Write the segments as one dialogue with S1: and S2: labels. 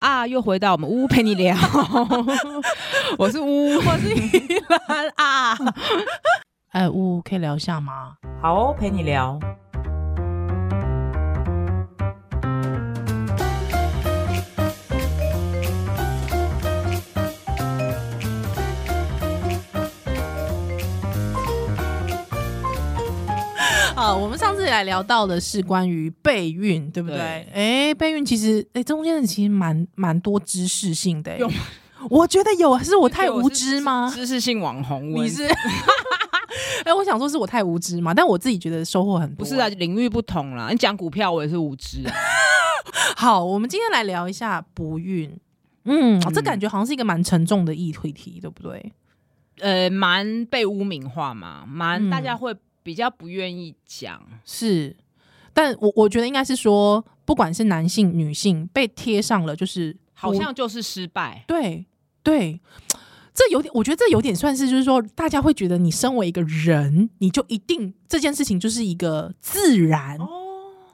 S1: 啦，啊又回到我们呜呜陪你 聊，我是呜，我是依兰啊。
S2: 哎，呜，可以聊一下吗？好哦，陪你聊。好，我们上次来聊到的是关于备孕，对不对？哎、备孕其实，哎、中间的其实蛮蛮多知识性的、哎
S1: 有吗
S2: 我觉得有，是我太无知吗？
S1: 知识性网红，
S2: 你是？ 哎、我想说是我太无知嘛，但我自己觉得收获很
S1: 不
S2: 多。哎
S1: 是啊？，领域不同啦。你讲股票，我也是无知 啊。
S2: 好，我们今天来聊一下不孕。嗯，这感觉好像是一个蛮沉重的议题题，对不对？
S1: 呃，蛮被污名化嘛，蛮
S2: 嗯
S1: 大家会比较不愿意讲。
S2: 是，但我我觉得应该是说，不管是男性、女性，被贴上了就是
S1: 好
S2: 不
S1: 像就是失败，
S2: 对对，这有点，我觉得这有点算是，就是说，大家会觉得你身为一个人，你就一定这件事情就是一个自然，
S1: 哦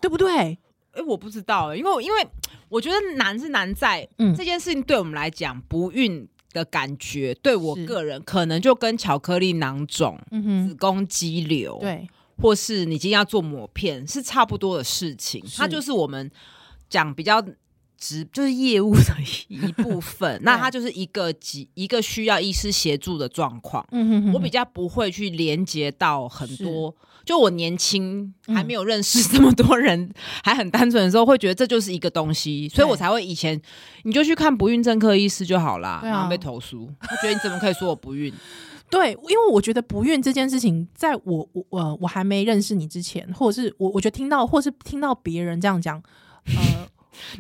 S2: 对不对？
S1: 哎、我不知道、因为我因为我觉得难是难在、
S2: 嗯
S1: 这件事情对我们来讲不孕的感觉，对我
S2: 是
S1: 个人可能就跟巧克力囊肿、
S2: 嗯
S1: 子，宫肌瘤，，
S2: 对，
S1: 或是你今天要做抹片是差不多的事情，
S2: 是
S1: 它就是我们讲比较。直就是业务的一部 分，那它就是一个急一个需要医师协助的状况。
S2: 嗯哼哼
S1: 我比
S2: 哼
S1: 较不会去连接到很
S2: 是
S1: 多，就我年轻
S2: 嗯
S1: 还没有认识这么多人，还很单纯的时候，会觉得这就是一个东西，所以
S2: 对
S1: 我才会以前你就去看不孕症科医师就好啦，
S2: 对啊
S1: 然后被投诉，他觉得你怎么可以说我不孕？
S2: 对，因为我觉得不孕这件事情，在我我我我还没认识你之前，或者是我我觉得听到，或是听到别人这样讲，呃，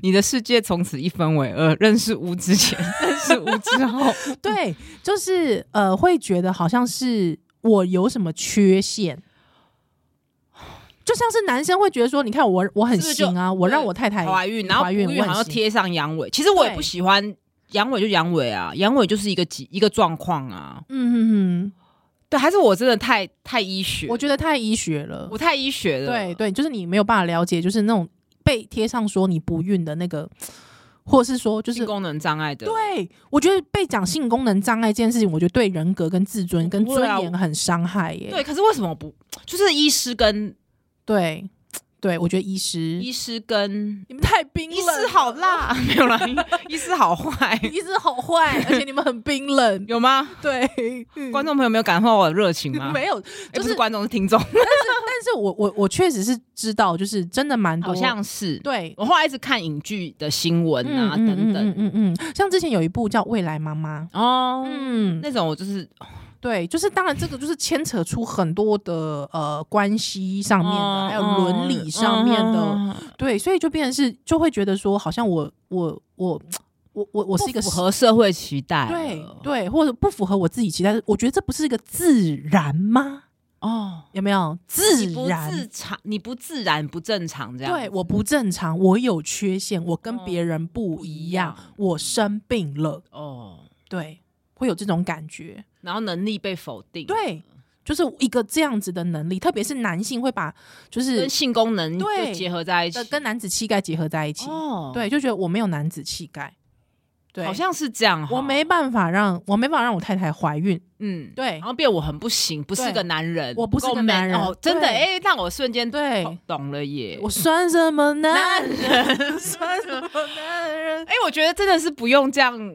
S1: 你的世界从此一分为二，认识无之前，认识无之后，
S2: 对，就是呃，会觉得好像是我有什么缺陷。就像是男生会觉得说，你看我我很
S1: 是不是就
S2: 行啊，我让
S1: 对
S2: 我太太
S1: 哎怀孕，然后不
S2: 怀孕
S1: 孕好像
S2: 万幸
S1: 贴上阳痿，其实我也
S2: 对
S1: 不喜欢阳痿就阳痿啊，阳痿就是一个几一个状况啊，
S2: 嗯哼
S1: 对，还是我真的太太医学
S2: 哼，，我觉得太医学了
S1: 我。太医学了，
S2: 对对，就是你没有办法了解，就是那种被贴上说你不孕的那个，或者是说就是
S1: 性功能障碍的，
S2: 对，我觉得被讲性功能障碍这件事情，我觉得对人格跟自尊跟
S1: 不
S2: 尊
S1: 会啊
S2: 严很伤害耶。
S1: 对，可是为什么不？就是医师跟
S2: 对对，我觉得医师，
S1: 医师跟
S2: 你们太冰
S1: 医
S2: 冷，
S1: 师好辣， 没有啦，医师好 坏，
S2: 医师好坏，而且你们很冰冷。
S1: 有吗？
S2: 对，嗯
S1: 观众朋友没有感受到我的热情吗？
S2: 没有，
S1: 诶，不
S2: 就是
S1: 嗯是观众是听众，
S2: 但是我我我确实是知道，就是真的蛮
S1: 好
S2: 多，
S1: 像是。
S2: 对，
S1: 我后来一直看影剧的新闻啊，
S2: 嗯
S1: 等
S2: 嗯
S1: 等
S2: 嗯嗯嗯，像之前有一部叫《未来妈妈》。
S1: 哦。
S2: 嗯，
S1: 那种我就是
S2: 对，就是当然，这个就是牵扯出很多的呃关系上面的，
S1: 哦
S2: 还有伦理上面的，
S1: 嗯嗯嗯嗯
S2: 对，所以就变成是就会觉得说，好像我我我我我我是一个
S1: 不符
S2: 社
S1: 合社会期待了，
S2: 对对，或者不符合我自己期待，我觉得这不是一个自然吗？
S1: 哦，
S2: 有没有自
S1: 你不
S2: 然？
S1: 自常，你不自然不正常这样，
S2: 对，我不正常，我有缺陷，我跟
S1: 哦
S2: 别人不
S1: 不
S2: 一
S1: 一
S2: 样，
S1: 样
S2: 我生病了，
S1: 哦，
S2: 对，会有这种感觉，
S1: 然后能力被否定，，
S2: 对，就是一个这样子的能力，特别是男性会把就是
S1: 跟性功能就
S2: 对
S1: 结合在一起
S2: 呃，跟男子气概结合在一起，
S1: 哦，
S2: 对，就觉得我没有男子气概，对，
S1: 好像是这样哈。
S2: 我没办法让我没办法让我太太怀孕，
S1: 嗯，
S2: 对
S1: 然后变我很不行，不是
S2: 对
S1: 个男人，
S2: 我不是
S1: 够
S2: 个
S1: man
S2: 男人
S1: 哦，真的
S2: 对
S1: 哎，让我瞬间
S2: 对
S1: 懂懂了耶。
S2: 我算什么男
S1: 男
S2: 人？
S1: 人，
S2: 算什么男人？
S1: 哎，我觉得真的是不用这样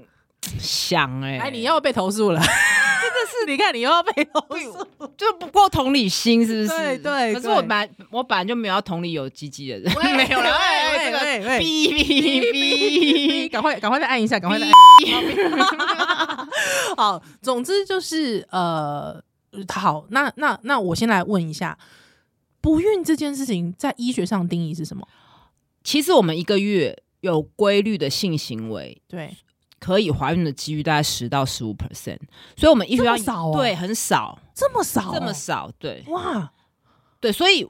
S1: 想哎，
S2: 哎，你又要被投诉了， 真的是，你看你又要被投诉，
S1: 就不够同理心是不是？
S2: 对对
S1: 可是
S2: 对
S1: 我本来我本来就没有要同理有鸡鸡的人，
S2: 喂
S1: 没有了，哎
S2: 喂
S1: 哎这个
S2: 喂喂
S1: 哔哔
S2: 哔
S1: 哔，
S2: 赶快赶快再按一下，赶快再按。好，总之就是呃，好，那那那我先来问一下，不孕这件事情在医学上定义是什么？
S1: 其实我们一个月有规律的性行为，
S2: 对，
S1: 可以怀孕的几率大概十到十五 percent，所以我们医学上
S2: 这么少哦
S1: 对很少，
S2: 这么少哦，
S1: 这么少，对
S2: 哇，
S1: 对，所以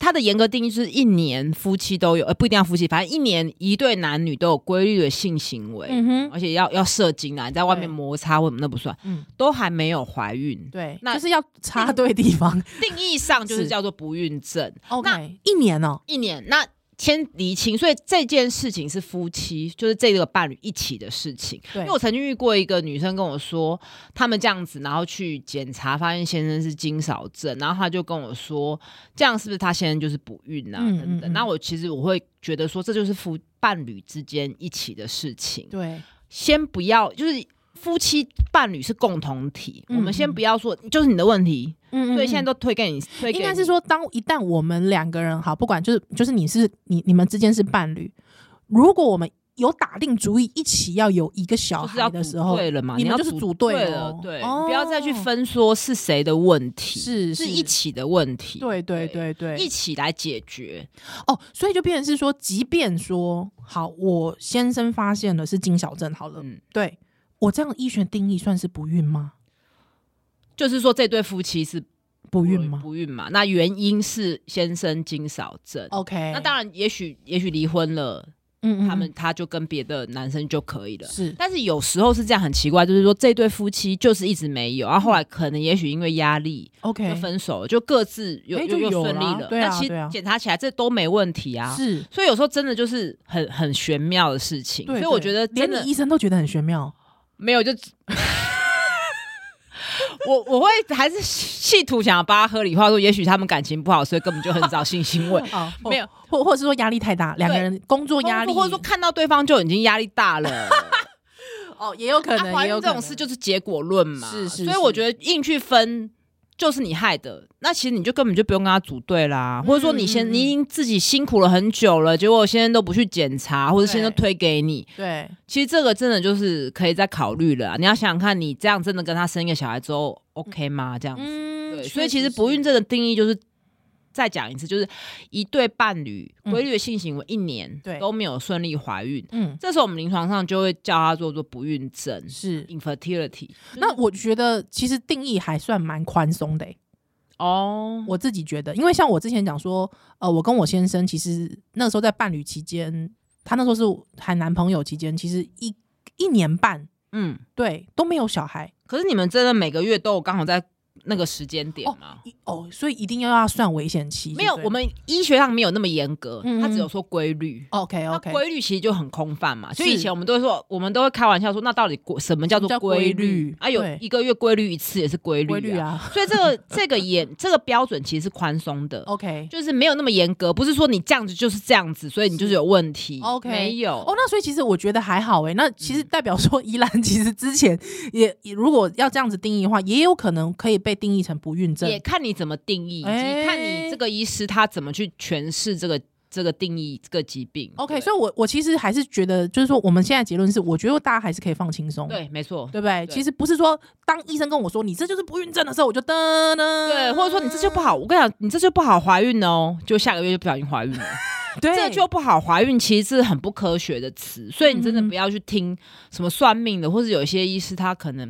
S1: 它的严格定义是一年夫妻都有，呃，不一定要夫妻，反正一年一对男女都有规律的性行为，
S2: 嗯哼，
S1: 而且要要射精啊，你在外面
S2: 对
S1: 摩擦或什么那不算，
S2: 嗯，
S1: 都还没有怀孕，
S2: 对，
S1: 那
S2: 就是要插对地方。
S1: 定义上就是
S2: 是
S1: 叫做不孕症，
S2: OK，
S1: 那
S2: 一年哦、
S1: 一年那。先厘清，所以这件事情是夫妻，就是这个伴侣一起的事情。
S2: 对
S1: 因为我曾经遇过一个女生跟我说，他们这样子，然后去检查，发现先生是精少症，然后她就跟我说，这样是不是她先生就是不孕啊
S2: 嗯
S1: 等
S2: 嗯嗯
S1: 等。那我其实我会觉得说，这就是夫伴侣之间一起的事情，
S2: 对，
S1: 先不要就是。夫妻伴侣是共同体，
S2: 嗯
S1: 我们先不要说，就是你的问题，
S2: 嗯
S1: 所以现在都推给你，推给
S2: 应该
S1: 你
S2: 是说，当一旦我们两个人好，不管就是就是你是你你们之间是伴侣，如果我们有打定主意一起要有一个小
S1: 就是要
S2: 孩的时候，
S1: 对了嘛，
S2: 你们
S1: 要
S2: 就是
S1: 组
S2: 组
S1: 队
S2: 队
S1: 了
S2: 咯，
S1: 对，
S2: 哦
S1: 不要再去分说是谁的问题，
S2: 是
S1: 是一，起的问题，
S2: 对对对对，
S1: 一起来解决。
S2: 哦，所以就变成是说，即便说好，我先生发现了是金小症，好了，
S1: 嗯，
S2: 对我这样医学定义算是不孕吗？
S1: 就是说这对夫妻是
S2: 不孕吗
S1: 不孕嘛？那原因是先生经少症。
S2: ？OK，
S1: 那当然也，许也许离婚了，
S2: 嗯
S1: 他们他就跟别的男生就可以了。
S2: 是
S1: 但是有时候是这样很奇怪，就是说这对夫妻就是一直没有，然后后来可能也许因为压力就
S2: OK，
S1: 分手了，就各自又
S2: 哎
S1: 又
S2: 就
S1: 又
S2: 有
S1: 顺利
S2: 啦
S1: 了。
S2: 对啊
S1: 那其
S2: 对
S1: 实
S2: 啊
S1: 检查起来这都没问题啊。
S2: 是，
S1: 所以有时候真的就是很很玄妙的事情，
S2: 对，
S1: 所以我
S2: 对
S1: 觉得真
S2: 连
S1: 的
S2: 你医生都觉得很玄妙。。
S1: 没有就， 我我会还是试图想要帮他合理化，说也许他们感情不好，所以根本就很少性行为
S2: 哦，或
S1: 没有，
S2: 或或者是说压力太大，两个人工作压力，
S1: 或者说看到对方就已经压力大了，
S2: 哦，也有 可能，
S1: 啊 怀
S2: 也
S1: 孕
S2: 有
S1: 这种事就是结果论嘛，
S2: 是是
S1: 所以
S2: 是
S1: 我觉得硬去分就是你害的，那其实你就根本就不用跟他组队啦，或者说你
S2: 嗯
S1: 先
S2: 嗯
S1: 你已经自己辛苦了很久了，结果现在都不去检查，或者现在都
S2: 对
S1: 推给你，
S2: 对，
S1: 其实这个真的就是可以再考虑了啊、你要想想看，你这样真的跟他生一个小孩之后，OK 吗？这样子，
S2: 嗯
S1: 对。所以其实不孕
S2: 这
S1: 症的定义就是，再讲一次，就是一对伴侣规律的性行为一年
S2: 嗯对
S1: 都没有顺利怀孕，
S2: 嗯
S1: 这时候我们临床上就会叫它做做不孕症
S2: 是。
S1: 嗯 （infertility）。
S2: 那我觉得其实定义还算蛮宽松的欸、
S1: 哦，
S2: 我自己觉得，因为像我之前讲说，呃，我跟我先生其实那时候在伴侣期间，他那时候是还男朋友期间，其实一一年半
S1: 嗯，
S2: 对都没有小孩
S1: 可是你们真的每个月都有刚好在那个时间点吗？
S2: 一哦，所以一定要要算危险期就
S1: 没
S2: 对
S1: 有，
S2: 了，
S1: 我们医学上没有那么严格，
S2: 嗯
S1: 它只有说规律。
S2: OK
S1: 那
S2: OK
S1: 规律其实就很空泛嘛，就以
S2: 是
S1: 前我们都会说，我们都会开玩笑说，那到底规什么叫做
S2: 什么叫
S1: 规
S2: 规
S1: 律
S2: 律
S1: 啊？有
S2: 对
S1: 一个月规律一次也是规律、啊，
S2: 规律。啊
S1: 所以这个这个也这个标准其实是宽松的，
S2: ，OK
S1: 就是没有那么严格，不是说你这样子就是这样子，所以你就是有问题。
S2: OK
S1: 没有。
S2: 哦，那所以其实我觉得还好诶、那其实
S1: 嗯
S2: 代表说宜兰其实之前也也如果要这样子定义的话，也有可能可以被定义成不孕症
S1: 也。看你怎么定义，以及
S2: 哎
S1: 看你这个医师他怎么去诠释这个这个定义这个疾病。
S2: OK，
S1: 对
S2: 所以我我其实还是觉得，就是说我们现在结论是，我觉得大家还是可以放轻松，
S1: 对，没错。
S2: 对不对？
S1: 对
S2: 其实不是说当医生跟我说你这就是不孕症的时候，我就噔噔，
S1: 对，或者说你这就不好，我跟你讲，你这就不好怀孕哦，就下个月就不小心怀孕了。
S2: 对
S1: 这就不好。怀孕其实是很不科学的词，所以你真的
S2: 嗯
S1: 不要去听什么算命的，或者有一些医师他可能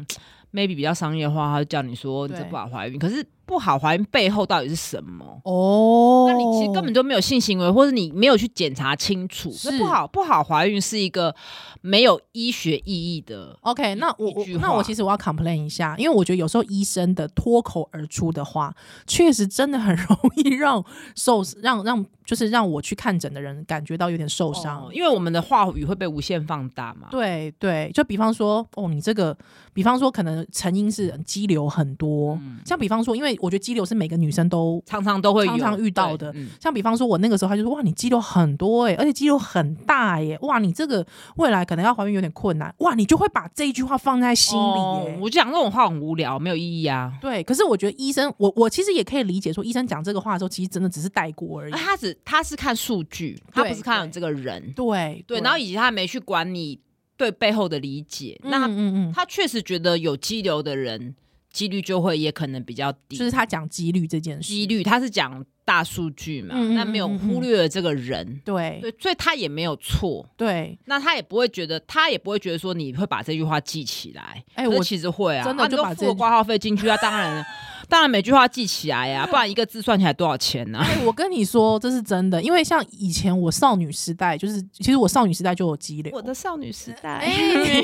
S1: maybe 比较商业化，他就叫你说你
S2: 对
S1: 这不好怀孕。可是不好怀孕背后到底是什么？
S2: 哦，
S1: 那你其实根本就没有性行为，或者你没有去检查清楚，
S2: 是
S1: 那不好不好怀孕是一个没有医学意义的。
S2: OK，那我
S1: 一
S2: 我
S1: 句
S2: 那
S1: 话
S2: 我其实我要 complain 一下，因为我觉得有时候医生的脱口而出的话，确实真的很 容易让受让让就是让我去看诊的人感觉到有点受伤。
S1: 哦因为我们的话语会被无限放大嘛。
S2: 对对，就比方说，哦，你这个，比方说可能成因是肌瘤很多，
S1: 嗯
S2: 像比方说，因为我觉得肌瘤是每个女生都
S1: 常常都会有
S2: 常常遇到的
S1: 对嗯
S2: 像比方说，我那个时候他就说：“哇，你肌瘤很多哎、而且肌瘤很大耶、哇，你这个未来可能要怀孕有点困难，哇，你就会把这一句话放在心里欸
S1: 哦
S2: 耶、
S1: 我就讲这种话很无聊，没有意义啊。
S2: 对，可是我觉得医生，我我其实也可以理解，说医生讲这个话的时候，其实真的只是带过而已
S1: 啊、。他只他是看数据，他
S2: 对
S1: 不是看
S2: 对
S1: 这个人。
S2: 对
S1: 对，然后以及他没去管你对背后的理解，那
S2: 嗯
S1: 他
S2: 嗯嗯，
S1: 他确实觉得有肌瘤的人几率就会也可能比较低，
S2: 就是他讲几率这件事，
S1: 几率他是讲大数据嘛，
S2: 嗯嗯嗯
S1: 那没有
S2: 嗯嗯
S1: 忽略了这个人，
S2: 对
S1: 对，所以他也没有错。
S2: 对，
S1: 那他也不会觉得，他也不会觉得说你会把这句话记起来。
S2: 哎
S1: 可是
S2: 我
S1: 其实会啊，
S2: 真的
S1: 啊你
S2: 就
S1: 都
S2: 把
S1: 付
S2: 这
S1: 了挂号费进去啊，当 然，当然每句话记起来呀、啊不然一个字算起来多少钱呢、
S2: 哎，我跟你说，这是真的，因为像以前我少女时代，就是其实我少女时代就有肌瘤，
S1: 少女时代
S2: 哎，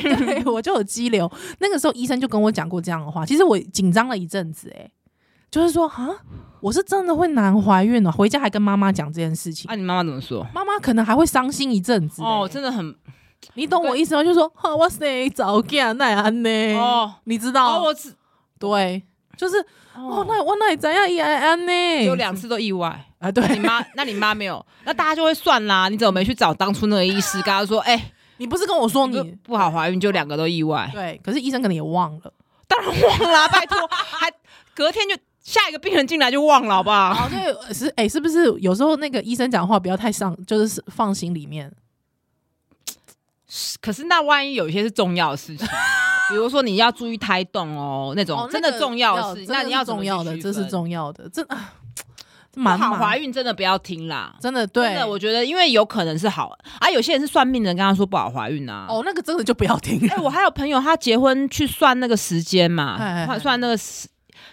S2: 对我就有肌瘤。那个时候医生就跟我讲过这样的话，其实我紧张了一阵子、哎，就是说啊，我是真的会难怀孕哦了，回家还跟妈妈讲这件事情
S1: 啊，，你妈妈怎么说？
S2: 妈妈可能还会伤心一阵子。
S1: 哦，
S2: 哦，
S1: 真的很
S2: 你懂我意思吗？就说哈，哇塞，早嫁那安呢？
S1: 哦
S2: 你知
S1: 哦，
S2: 道？
S1: 我只
S2: 对，就是哦
S1: 哦，
S2: 那我那也怎样也安呢？
S1: 有两次都意外。
S2: 啊，对
S1: 你妈，那你妈没有，那大家就会算啦。你怎么没去找当初那个医师，跟他说，哎、
S2: 你不是跟我说
S1: 你
S2: 你
S1: 不好怀孕，就两个都意外。
S2: 对，可是医生可能也忘了。
S1: 当然
S2: 啊
S1: 忘 啦，拜托，还隔天就下一个病人进来就忘了，好不好？
S2: 哦，对， 是哎、是不是有时候那个医生讲话不要太上，就是放心里面？
S1: 可是那万一有一些是重要的事情，比如说你要注意胎动哦，那种、
S2: 哦，
S1: 真
S2: 那
S1: 的
S2: 个
S1: 重要的事，
S2: 真
S1: 那
S2: 的
S1: 你
S2: 是
S1: 要怎么
S2: 重
S1: 去
S2: 要的，
S1: 区
S2: 这是
S1: 分
S2: 重要的，这啊，
S1: 不
S2: 蛮
S1: 好
S2: 忙
S1: 怀孕真的不要听啦。
S2: 真的
S1: 真
S2: 对
S1: 的，我觉得因为有可能是好啊，有些人是算命的，跟他说不好怀孕啊。
S2: 哦，那个真的就不要听了
S1: 哎、。我还有朋友，他结婚去算那个时间嘛，
S2: 哎哎
S1: 算
S2: 哎
S1: 算那个时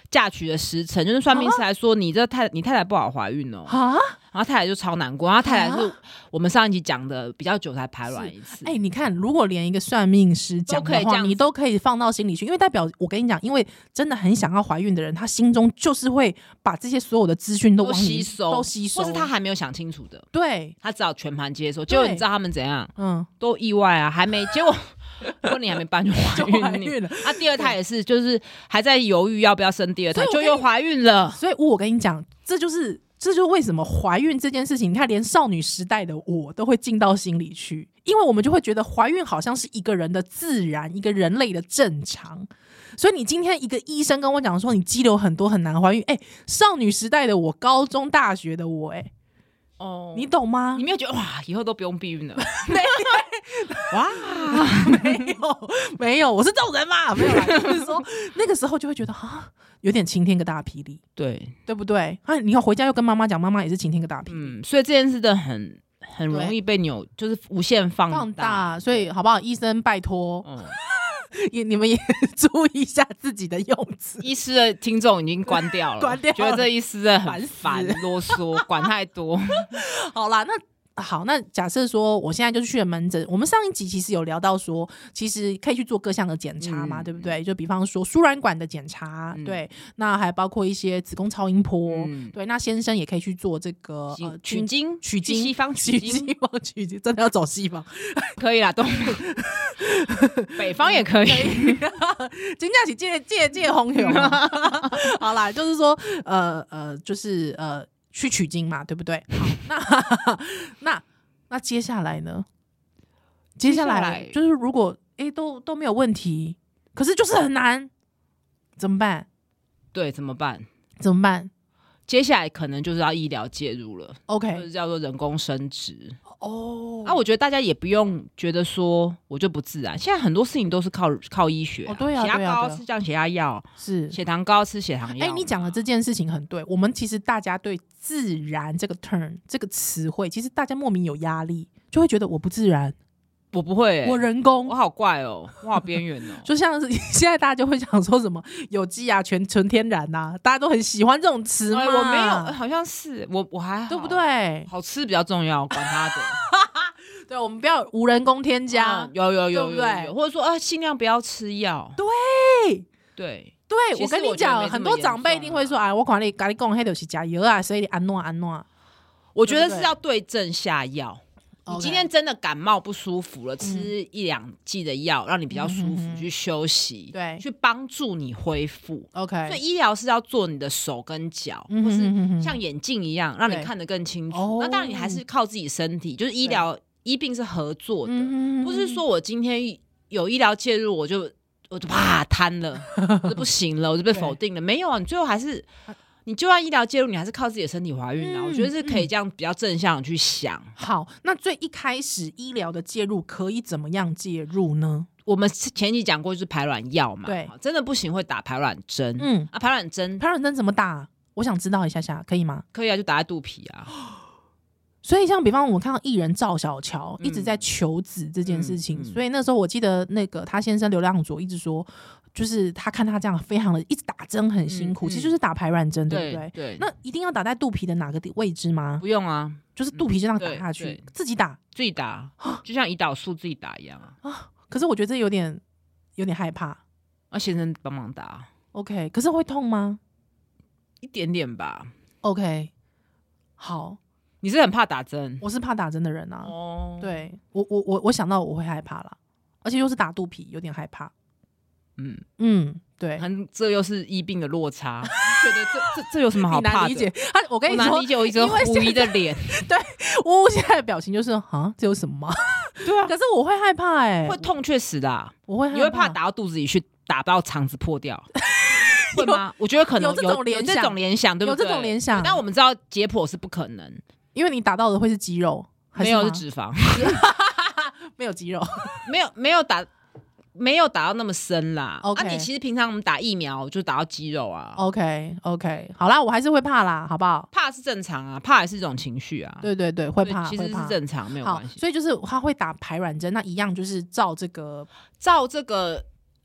S1: 嫁娶的时辰，就是算命师来说，你这太你太太不好怀孕哦，
S2: 啊，
S1: 然后太太就超难过，然后太太是
S2: 啊
S1: 我们上一集讲的比较久才排卵一次，
S2: 哎、你看，如果连一个算命师讲
S1: 可
S2: 的
S1: 以这
S2: 话，
S1: 样
S2: 你
S1: 子
S2: 都可以放到心里去，因为代表我跟你讲，因为真的很想要怀孕的人，他心中就是会把这些所有的资讯都
S1: 都
S2: 往里
S1: 吸收
S2: 都吸收，
S1: 或是他还没有想清楚的，
S2: 对，
S1: 他只好全盘接受，结果你知道他们怎样，
S2: 嗯，
S1: 都意外啊，还没结果。婚礼还没办就 怀
S2: 就怀
S1: 孕
S2: 孕
S1: 你，
S2: 了。
S1: 啊，第二胎也是，就是还在犹豫要不要生第二胎
S2: 所以，我
S1: 就
S2: 跟
S1: 又
S2: 你
S1: 怀孕了。
S2: 所以，我跟你讲，这就是这就是为什么怀孕这件事情，你看，连少女时代的我都会进到心里去，因为我们就会觉得怀孕好像是一个人的自然，一个人类的正常。所以你今天一个医生跟我讲说你肌瘤很多很难怀孕，哎、少女时代的我，高中大学的我、哎，
S1: 哦
S2: 你懂吗
S1: 你？没有觉得哇，以后都不用避孕了？哇，
S2: 没有，没有，我是这种人嘛，没有啦，就是说那个时候就会觉得啊，有点晴天个大霹雳，
S1: 对，
S2: 对不对？啊，你要回家又跟妈妈讲，妈妈也是晴天个大霹雳。
S1: 嗯，所以这件事的很很容
S2: 对
S1: 易被扭，就是无限放
S2: 放大，所以好不好？医生，拜托，
S1: 嗯，
S2: 也你们也 注意一下自己的用词。
S1: 医师的听众已经关掉了，
S2: 关掉
S1: 觉得这医师真的很
S2: 烦
S1: 烦
S2: 死，
S1: 啰嗦，管太 多。
S2: 好啦，那好，那假设说我现在就是去了门诊，我们上一集其实有聊到说，其实可以去做各项的检查嘛，
S1: 嗯
S2: 对不对？就比方说输卵管的检查，
S1: 嗯
S2: 对，那还包括一些子宫超音波，
S1: 嗯
S2: 对，那先生也可以去做这个
S1: 取
S2: 呃
S1: 取。经，
S2: 取
S1: 去
S2: 经
S1: 西方
S2: 取
S1: 取
S2: 经
S1: 经
S2: 西方取经，真的要走西方。
S1: 可以啦，东 北方也可以。
S2: 金价起借借借红牛嘛， 好啦，就是说，呃呃，就是呃，去取经嘛，对不 对？好，那那那接下来呢？接
S1: 接
S2: 下
S1: 下
S2: 来
S1: 来
S2: 就是如果诶都都没有问题，可是就是很难，怎么办？
S1: 对，怎么办？
S2: 怎么办
S1: 接下来可能就是要医疗介入了，就
S2: ？OK，
S1: 是叫做人工生殖。
S2: 哦
S1: 呃啊，我觉得大家也不用觉得说我就不自然，现在很多事情都是靠靠医学、
S2: 哦对啊
S1: 血压
S2: 对啊
S1: 高
S2: 对啊
S1: 吃降血压药，
S2: 是
S1: 血糖高吃血糖药。
S2: 哎、你讲的这件事情很对。我们其实大家对“自然”这个 term 这个词汇，其实大家莫名有压力，就会觉得我不自然，
S1: 我不会、欸，
S2: 我
S1: 我
S2: 人工
S1: 我，好怪哦、我好边 缘哦。
S2: 就像是现在大家就会讲说什么有机啊、全纯天然呐、大家都很喜欢这种词嘛。
S1: 哎我没有，哎，好像是我我还好
S2: 对不？对？
S1: 好吃比较重要，管 他的。
S2: 对，我们不要无人工添加。
S1: 嗯有有有
S2: 对不
S1: 有有
S2: 对
S1: 有，或者说啊，尽量不要吃药。
S2: 对，
S1: 对，
S2: 对
S1: 其
S2: 我
S1: 实
S2: 跟你
S1: 我觉得没
S2: 讲，
S1: 这
S2: 很
S1: 么
S2: 多
S1: 严
S2: 长辈一
S1: 重
S2: 定会
S1: 啊
S2: 说啊，我管你咖喱贡黑的是加油啊，所以安诺安诺。啊
S1: 我觉
S2: 对
S1: 得
S2: 不对
S1: 是要对症下药。
S2: 啊
S1: 你今天真的感冒不舒服了，吃一两剂的药，让你比较舒
S2: 嗯嗯哼
S1: 服，
S2: 哼
S1: 去休息，
S2: 对
S1: 去帮助你恢复。所
S2: OK，
S1: 以医疗是要做你的手跟脚，
S2: 嗯
S1: 或是
S2: 哼哼
S1: 像眼镜一样，让你
S2: 对
S1: 看得更清
S2: 哦
S1: 楚。那当然，你还是靠自己身体，就是医疗医病是合作的，
S2: 嗯哼哼
S1: 不是说我今天有医疗介入，我就我就啪瘫了，我就不行了，我就被
S2: 对
S1: 否定了。没有啊，你最后还是你就算医疗介入，你还是靠自己的身体怀孕啊。
S2: 嗯
S1: 我觉得是可以这样比较正向地去想。
S2: 好，那最一开始医疗的介入可以怎么样介入呢？
S1: 我们前几讲过就是排卵药嘛，
S2: 对
S1: 真的不行会打排卵针。
S2: 嗯，
S1: 啊，排卵针
S2: 排卵针怎么打？我想知道一下下，可以吗？
S1: 可以啊，就打在肚皮啊。
S2: 所以，像比方我们看到艺人赵小乔
S1: 嗯
S2: 一直在求子这件事情，
S1: 嗯嗯
S2: 所以那时候我记得那个他先生刘亮佐一直说，就是他看他这样非常的一直打针很辛
S1: 嗯
S2: 苦，
S1: 嗯
S2: 其实就是打排卵针，对不对？
S1: 对对，
S2: 那一定要打在肚皮的哪个地位置吗？
S1: 不用啊，
S2: 就是肚皮就这样打
S1: 对
S2: 下去，
S1: 对
S2: 自己打。
S1: 自己打，
S2: 啊
S1: 就像胰岛素自己打一样啊。
S2: 可是我觉得这有点有点害怕。
S1: 啊，先生帮忙打，
S2: OK，可是会痛吗？
S1: 一点点吧。
S2: OK，好，
S1: 你是很怕打针
S2: 我是怕打针的人啊。
S1: 哦？，
S2: 对我我我我想到我会害怕啦，而且又是打肚皮，有点害怕。
S1: 嗯，
S2: 嗯，对，
S1: 很这又是医病的落差，觉得这这这有什嗯么好
S2: 你
S1: 怕
S2: 难
S1: 的
S2: 理？解他。我跟
S1: 我
S2: 你
S1: 难
S2: 说
S1: 理，解，我一直
S2: 因为
S1: 狐
S2: 现
S1: 疑的脸，
S2: 呜呜现在的表情就是啊，这有什么吗？
S1: 对啊
S2: 可，是我会害怕哎、
S1: 会痛确实的 啊，
S2: 我会害
S1: 你会怕打到肚子里去，打到肠子破 掉，会吗？我觉得可能
S2: 有这
S1: 有
S2: 种联
S1: 有这
S2: 想
S1: 种联想，对不
S2: 有
S1: 对？
S2: 这种联想，
S1: 但我们知道解剖是不可能，
S2: 因为你打到的会是肌肉，还
S1: 没有
S2: 是
S1: 是
S2: 吗
S1: 脂肪，
S2: 没有肌肉。
S1: 没有没有打。没有打到那么深啦。啊，
S2: OK
S1: 你其实平常我们打疫苗就打到肌肉啊，
S2: OK OK，好啦，我还是会怕啦，好不好？
S1: 怕是正常啊，怕也是一种情绪啊。
S2: 对对对，会
S1: 对
S2: 怕，
S1: 其实
S2: 会
S1: 是
S2: 怕
S1: 正常，没有
S2: 好
S1: 关，系。
S2: 所以就是他会打排卵针，那一样就是照这个
S1: 照这个，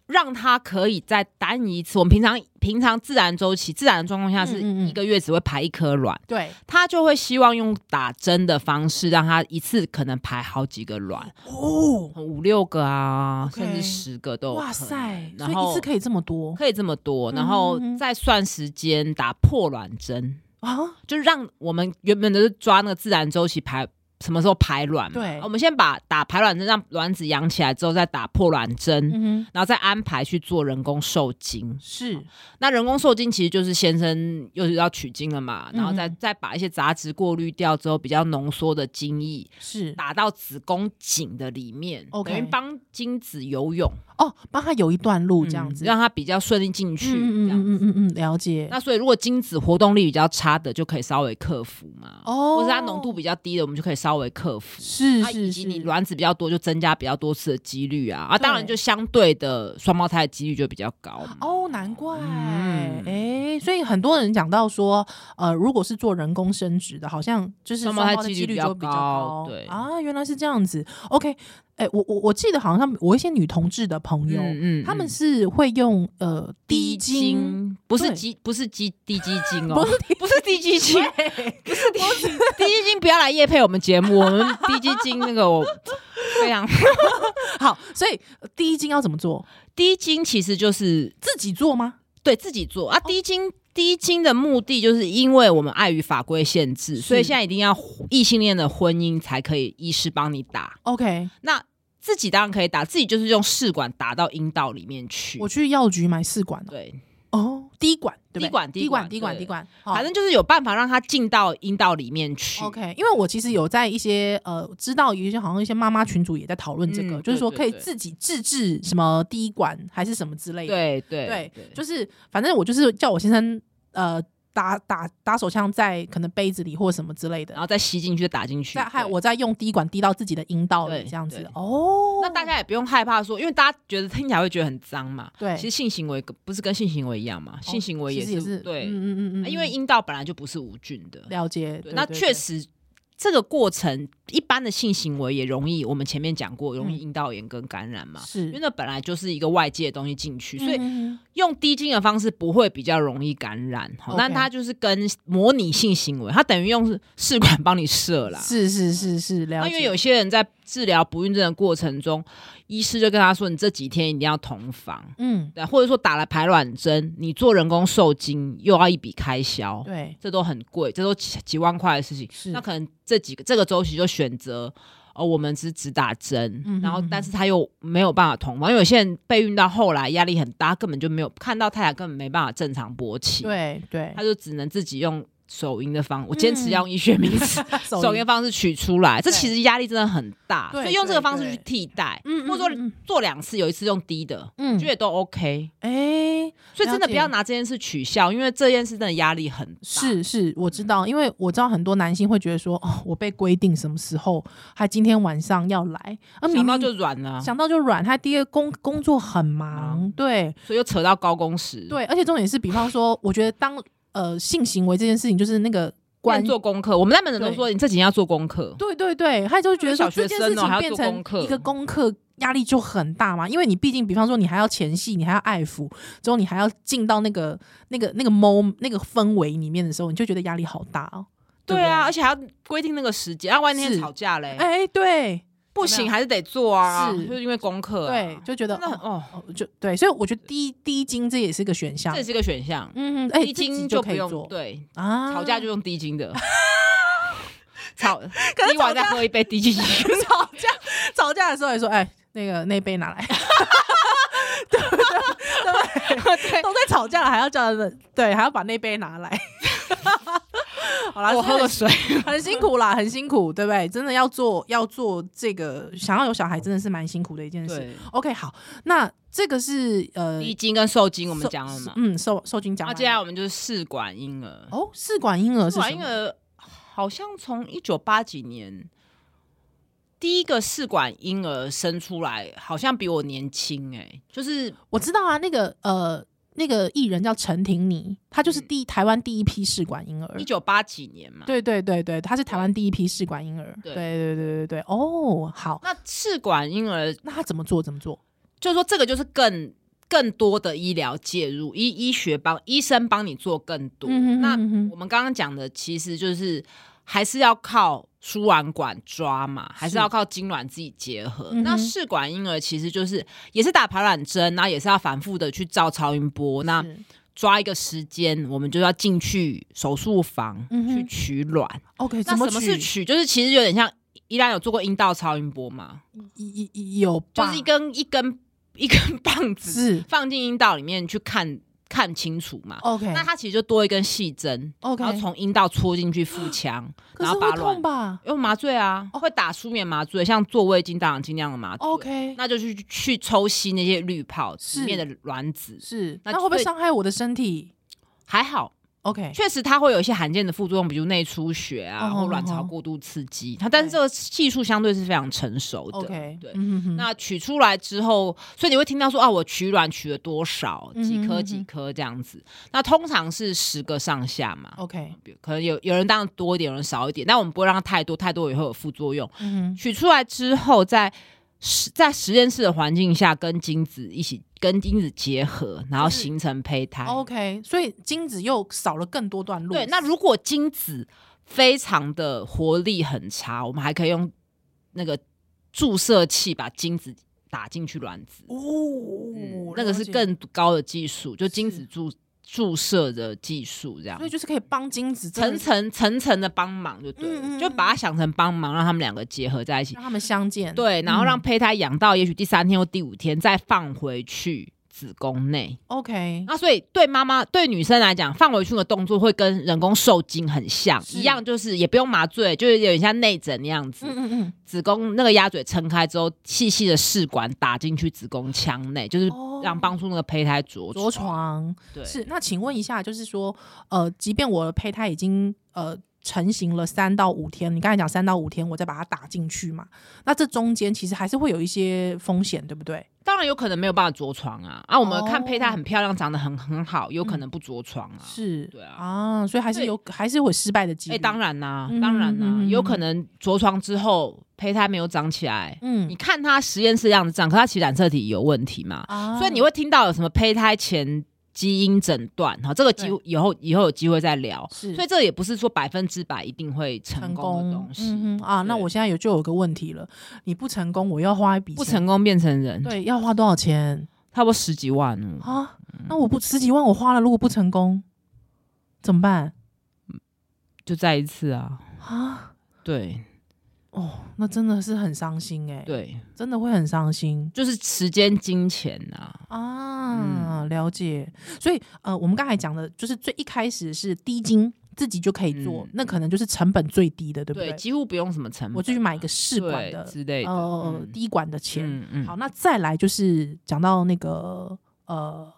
S1: 让它可以再单一次。我们平常平常自然周期、自然的状况下
S2: 嗯
S1: 是
S2: 嗯嗯
S1: 一个月只会排一颗卵，
S2: 对
S1: 他就会希望用打针的方式，让他一次可能排好几个卵，
S2: 哦，
S1: 五六个啊
S2: OK
S1: 甚至十个都有可能。
S2: 哇塞，所
S1: 嗯然
S2: 以一
S1: 后
S2: 次可以这么多
S1: 可以这么多，然后
S2: 嗯嗯嗯
S1: 再算时间打破卵针，
S2: 啊？
S1: 就是让我们原本都是抓那个自然周期排什么时候排卵嘛，
S2: 对
S1: 我们先把打排卵针让卵子养起来之后，再打破卵针。
S2: 嗯哼，
S1: 然后再安排去做人工受精，
S2: 是
S1: 那人工受精其实就是先生又是要取精了嘛，然后再
S2: 嗯
S1: 再把一些杂质过滤掉之后，比较浓缩的精液
S2: 是
S1: 打到子宫颈的里面
S2: OK
S1: 等于帮精子游泳，
S2: 哦，帮他游一段路这样
S1: 嗯
S2: 子，
S1: 让它比较顺利进去。这
S2: 嗯嗯
S1: 样
S2: 嗯嗯嗯嗯，了解。
S1: 那所以，如果精子活动力比较差的，就可以稍微克服嘛。
S2: 哦
S1: 或者它浓度比较低的，我们就可以稍微克服。
S2: 是
S1: 啊以
S2: 是
S1: 及
S2: 是，
S1: 你卵子比较多，就增加比较多次的几率啊。啊，当然
S2: 对
S1: 就相对的双胞胎的几率就比较高嘛。
S2: 哦，难怪，哎、
S1: 嗯
S2: 所以很多人讲到说，呃，如果是做人工生殖的，好像就是
S1: 双
S2: 双
S1: 胞胎
S2: 胞胎
S1: 几
S2: 几
S1: 率
S2: 率
S1: 比
S2: 就
S1: 较
S2: 会比较
S1: 高
S2: 高，
S1: 对
S2: 啊，原来是这样子。OK，哎、我我我记得好像我一些女同志的朋友，
S1: 嗯
S2: 他们是会用呃
S1: 低
S2: 精，
S1: 精不是
S2: 对
S1: 鸡，不是鸡低鸡精 哦，
S2: 不是
S1: 不是低鸡精，不是低低鸡精，不要来夜配我们节目，我们低鸡精那个 我非常
S2: 好，所以呃低精要怎么做？
S1: 低精其实就是
S2: 自己做吗？
S1: 对自己做啊，
S2: 哦
S1: 低精。低精的目的就是因为我们碍于法规限制，所以
S2: 是
S1: 现在一定要异性恋的婚姻才可以医师帮你打。
S2: OK，
S1: 那自己当然可以打，自己就是用试管打到阴道里面去
S2: 我。去药局买试管哦
S1: 对，
S2: 哦，滴管对不
S1: 滴管
S2: 对？
S1: 滴管
S2: 滴管
S1: 对
S2: 滴管，好
S1: 反正就是有办法让它进到阴道里面去。
S2: 哦 OK，因为我其实有在一些呃，知道有一些好像一些妈妈群主也在讨论这个，
S1: 嗯
S2: 就是说
S1: 对
S2: 可
S1: 对
S2: 以自己自制什么滴管还是什么之类的。
S1: 对对
S2: 就是反正我就是叫我先生呃打打打手枪在可能杯子里或什么之类
S1: 然
S2: 的，
S1: 后再吸进去，再打进去。
S2: 再还有
S1: 对
S2: 我再用滴管滴到自己的阴道
S1: 对
S2: 里这样子
S1: 对。
S2: 哦，
S1: 那大家也不用害怕说，因为大家觉得听起来会觉得很脏嘛。
S2: 对哦
S1: 其实性行为不是跟性行为一样嘛？性行为
S2: 其
S1: 也
S2: 实
S1: 是,、
S2: 也是
S1: 对、啊
S2: 嗯嗯嗯嗯，
S1: 因为阴道本来就不是无菌的。
S2: 了解，
S1: 对，
S2: 对
S1: 那
S2: 对
S1: 确
S2: 对
S1: 实这个过程，一般的性行为也容易，我们前面讲过，容易
S2: 嗯
S1: 阴道炎跟感染嘛。因为
S2: 是，
S1: 那本来就是一个外界的东西进去，所以
S2: 嗯嗯嗯
S1: 用滴精的方式不会比较容易感染。好，那
S2: OK
S1: 它就是跟模拟性行为，它等于用试管帮你射啦。
S2: 是是是是，了
S1: 那
S2: 解。
S1: 因为有些人在治疗不孕症的过程中，医师就跟他说，你这几天一定要同房，
S2: 嗯，
S1: 对，或者说打了排卵针，你做人工受精又要一笔开销，
S2: 对，
S1: 这都很贵，这都几几万块的事情。
S2: 是
S1: 那可能这几个这个周期就选择。哦，我们只只打针，
S2: 嗯哼
S1: 然后
S2: 嗯哼
S1: 但是他又没有办法同房，因为有些人备孕到后来压力很大，根本就没有看到太阳，根本没办法正常勃起，，
S2: 对对
S1: 他，就只能自己用手淫的方，我坚持要
S2: 嗯
S1: 用医学名词，首
S2: 手
S1: 先
S2: 淫
S1: 方式取出来，这
S2: 对
S1: 其实压力真的很大，
S2: 对
S1: 所以用这个方式
S2: 对
S1: 去替代，
S2: 嗯嗯
S1: 或者
S2: 嗯
S1: 说
S2: 嗯
S1: 做两次，有一次用低的，
S2: 嗯
S1: 觉得都 OK。
S2: 哎，
S1: 所以真的
S2: 了
S1: 不
S2: 解
S1: 要拿这件事取笑，因为这件事真的压力很大。，
S2: 是是，
S1: 嗯
S2: 我知道，因为我知道很多男性会觉得说，哦，我被规定什么时候，还今天晚上要来，啊，明
S1: 想到
S2: 明
S1: 就软了啊、
S2: 想到就软。他第二工工作很忙，对
S1: 所以又扯到高工时，，
S2: 对，而且重点是，比方说，我觉得当呃性行为这件事情，就是那个关
S1: 变，做功课。我们在门诊都
S2: 对
S1: 说，你这几天要做功课，
S2: 对对对，他就会觉得
S1: 小
S2: 说
S1: 学
S2: 这件
S1: 生
S2: 事
S1: 哦还
S2: 情
S1: 要
S2: 变
S1: 做功
S2: 成
S1: 课
S2: 一个功课。压力就很大嘛，因为你毕竟，比方说你还要前戏，你还要爱抚，之后你还要进到那个、那个、那个 mom 那个氛围里面的时候，你就觉得压力好大哦。对不
S1: 对啊，而且还要规定那个时间，啊，万一那天
S2: 是
S1: 吵架嘞，
S2: 哎、对，
S1: 不行还是得做啊，
S2: 是
S1: 就是因为功课、啊，
S2: 对，就觉得
S1: 真的很
S2: 哦
S1: 哦，
S2: 哦就对，所以我觉得低低金这也是个选项
S1: 这也。是个选项。
S2: 嗯，哎，
S1: 低
S2: 自己
S1: 金
S2: 就
S1: 不
S2: 可以
S1: 用
S2: 做
S1: 对，
S2: 啊，
S1: 吵架就用低金 的。吵，
S2: 可是
S1: 今晚
S2: 吵
S1: 再
S2: 架
S1: 喝一杯低金酒。
S2: 吵架吵架的时候也说，哎，那个那杯拿 来，
S1: 对，
S2: 都在吵架了，还要叫他们对，还要把那杯拿来。好啦，
S1: 我
S2: 所以
S1: 喝个水。
S2: 很辛苦啦，很辛苦，对不对？真的要做要做这个，想要有小孩真的是蛮辛苦的一件事。
S1: 对，
S2: OK，好，那这个是呃，
S1: 低金跟受精我们
S2: 受
S1: 讲了嘛，
S2: 嗯，受受精讲
S1: 那
S2: 完了，
S1: 接下来我们就是试管婴儿。
S2: 哦，试管婴儿是
S1: 试管
S2: 什
S1: 婴
S2: 么？
S1: 儿好像从一九八几年第一个试管婴儿生出来，好像比我年轻哎、就是
S2: 我知道啊，那个呃，那个艺人叫陈婷妮，她就是第一台湾第一批试管婴儿
S1: 一。九八几年嘛。
S2: 对对对对，她是台湾第一批试管婴儿。
S1: 对
S2: 对对对对对，哦，好，
S1: 那试管婴儿
S2: 那她怎么做？怎么做？
S1: 就是说这个就是更更多的医疗介入，医医学帮医生帮你做更多。
S2: 嗯哼
S1: 那
S2: 嗯哼
S1: 我们刚刚讲的其实就是还是要靠输卵管抓嘛，还
S2: 是
S1: 是要靠精卵自己结合。
S2: 嗯哼
S1: 那试管婴儿其实就是也是打排卵针，然后也是要反复的去照超音波，那
S2: 是
S1: 抓一个时间，我们就要进去手术房、
S2: 嗯哼
S1: 去取卵。
S2: OK，
S1: 那
S2: 怎么
S1: 什么是
S2: 取
S1: 取？就是其实有点像依然有做过阴道超音波嘛，
S2: 一一一有吧
S1: 就是一根一根一根棒子
S2: 是哦
S1: 放进阴道里面去看看清楚嘛。
S2: OK，
S1: 那它其实就多一根细针
S2: OK
S1: 然后从阴道戳进去腹腔，
S2: 可
S1: 然
S2: 是
S1: 后把
S2: 会
S1: 卵
S2: 痛吧
S1: 用麻醉啊，会打舒眠麻醉，像做胃镜、大肠镜那样的麻醉。
S2: 哦？OK，
S1: 那就去去抽吸那些滤泡
S2: 是
S1: 里面的卵子，
S2: 是
S1: 那
S2: 那会不会
S1: 最
S2: 伤害我的身体
S1: 还好，
S2: ？OK，
S1: 确实它会有一些罕见的副作用，比如内出血啊，
S2: 哦
S1: 或卵
S2: 哦
S1: 巢
S2: 哦
S1: 过度刺激。它但是这个技术相对是非常成熟的。
S2: OK，
S1: 对，
S2: 嗯哼哼
S1: 那取出来之后，所以你会听到说啊，我取卵取了多少，
S2: 嗯
S1: 几
S2: 哼
S1: 颗
S2: 哼
S1: 几
S2: 哼
S1: 颗这样子。那通常是十个上下嘛，
S2: OK，
S1: 比如可能有有人当然多一点，有人少一点，但我们不会让它太多，太多也会有副作用。
S2: 嗯哼，
S1: 取出来之后，在实在实验室的环境下，跟精子一起跟精子结合，然后
S2: 就是哦
S1: 形成胚胎。
S2: OK，所以精子又少了更多段路。
S1: 对，那如果精子非常的活力很差，我们还可以用那个注射器把精子打进去卵子。
S2: 哦
S1: 嗯，那个是
S2: 了解，
S1: 更高的技术，就精子
S2: 是
S1: 注注射的技术这样
S2: 所以。就是可以帮精子真
S1: 层层
S2: 的
S1: 层层的帮忙就对了，
S2: 嗯嗯嗯
S1: 就把它想成帮忙，让他们两个结合在一起。
S2: 让他们相见。
S1: 对，然后让
S2: 嗯
S1: 胚胎养到也许第三天或第五天再放回去子宫内。
S2: OK，
S1: 那所以对妈妈对女生来讲，放回去的动作会跟人工受精很像，
S2: 是
S1: 一样就是也不用麻醉，就是有点像内诊那样子。
S2: 嗯嗯嗯，
S1: 子宫那个鸭嘴撑开之后，细细的试管打进去子宫腔内，就是
S2: 哦
S1: 让帮助那个胚胎着
S2: 着床
S1: 对，
S2: 是。那请问一下，就是说，呃，即便我的胚胎已经呃成型了三到五天，你刚才讲三到五天，我再把它打进去嘛，那这中间其实还是会有一些风险，对不对？
S1: 当然有可能没有办法着床啊。啊，我们
S2: 哦嗯
S1: 看胚胎很漂亮，长得很很好，有可能不着床啊。
S2: 是，
S1: 对啊
S2: 啊，所以还是
S1: 对
S2: 有，还是会有失败的几
S1: 哎、
S2: 率。
S1: 当，然啦、
S2: 嗯
S1: 当然啦、
S2: 嗯嗯嗯
S1: 有可能着床之后胚胎没有长起来。你
S2: 嗯
S1: 看它实验室的样子长，可它其实染色体有问题嘛，
S2: 啊
S1: 所以你会听到有什么胚胎前基因诊断，好，这个机
S2: 对
S1: 以后以后有机会再聊。
S2: 是
S1: 所以这也不是说百分之百一定会成
S2: 成
S1: 功的东西，
S2: 嗯哼啊，那
S1: 对
S2: 我现在有就有个问题了，你不成功，我要花一笔
S1: 不
S2: 钱，
S1: 成功变成人，
S2: 对，要花多少钱
S1: 差不多十几万哦。
S2: 啊？那我不十几万我花了，如果不成功怎么办
S1: 就再一次啊，
S2: 啊？
S1: 对
S2: 哦，那真的是很伤心哎、，
S1: 对，
S2: 真的会很伤心
S1: 就是时间、金钱啊，嗯
S2: 啊，了解。所以呃，我们刚才讲的就是最一开始是低金自己就可以做，
S1: 嗯
S2: 那可能就是成本最低的，对不
S1: 对，
S2: 对？
S1: 几乎不用什么成本，
S2: 我就去买一个试管
S1: 对
S2: 的，
S1: 之类的，
S2: 呃，
S1: 嗯
S2: 滴管的钱。
S1: 嗯嗯
S2: 好，那再来就是讲到那个呃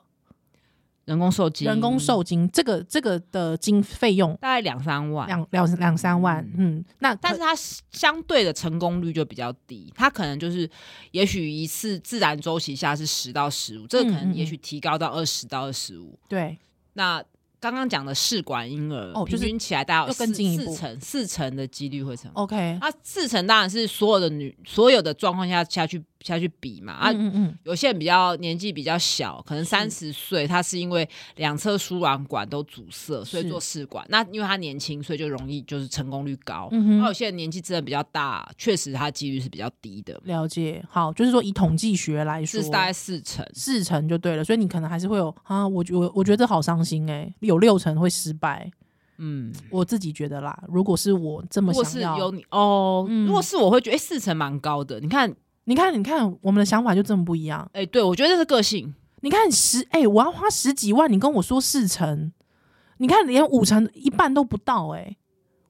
S1: 人工受精，
S2: 人工受精，这个这个的经费用
S1: 大概两三万，
S2: 两两两三万，嗯，那
S1: 啊但是它相对的成功率就比较低，它可能就是也许一次自然周期下是十到十五，这个可
S2: 嗯嗯
S1: 能
S2: 嗯
S1: 也许提高到二十到二十五。
S2: 对
S1: 那刚刚讲的试管婴儿，
S2: 哦就是
S1: 平均起来大概有
S2: 又更
S1: 四
S2: 进一步哦
S1: 四成四成的几率会成功。
S2: ，OK，
S1: 那四成当然是所有的女所有的状况下下去下去比嘛啊。
S2: 嗯嗯，
S1: 有些人比较年纪比较小，可能三十岁，他是因为两侧输卵管都阻塞，所以
S2: 是
S1: 做试管。那因为他年轻，所以就容易就是成功率高。
S2: 嗯哼
S1: 那有些人年纪真的比较大，确实他几率是比较低的，
S2: 了解。好，就是说以统计学来说
S1: 是，大概四成。
S2: 四成就对了，所以你可能还是会有啊，我觉我我觉得这好伤心哎、有六成会失败，
S1: 嗯，
S2: 我自己觉得啦。如果是我这么
S1: 如果
S2: 想
S1: 是
S2: 要，
S1: 有你哦，
S2: 嗯
S1: 如果是我会觉得哎、诶四成蛮高的。你看，
S2: 你看你看我们的想法就这么不一样。
S1: 哎、对我觉得这是个性。
S2: 你看十哎、我要花十几万，你跟我说四成，你看连五成一半都不到哎、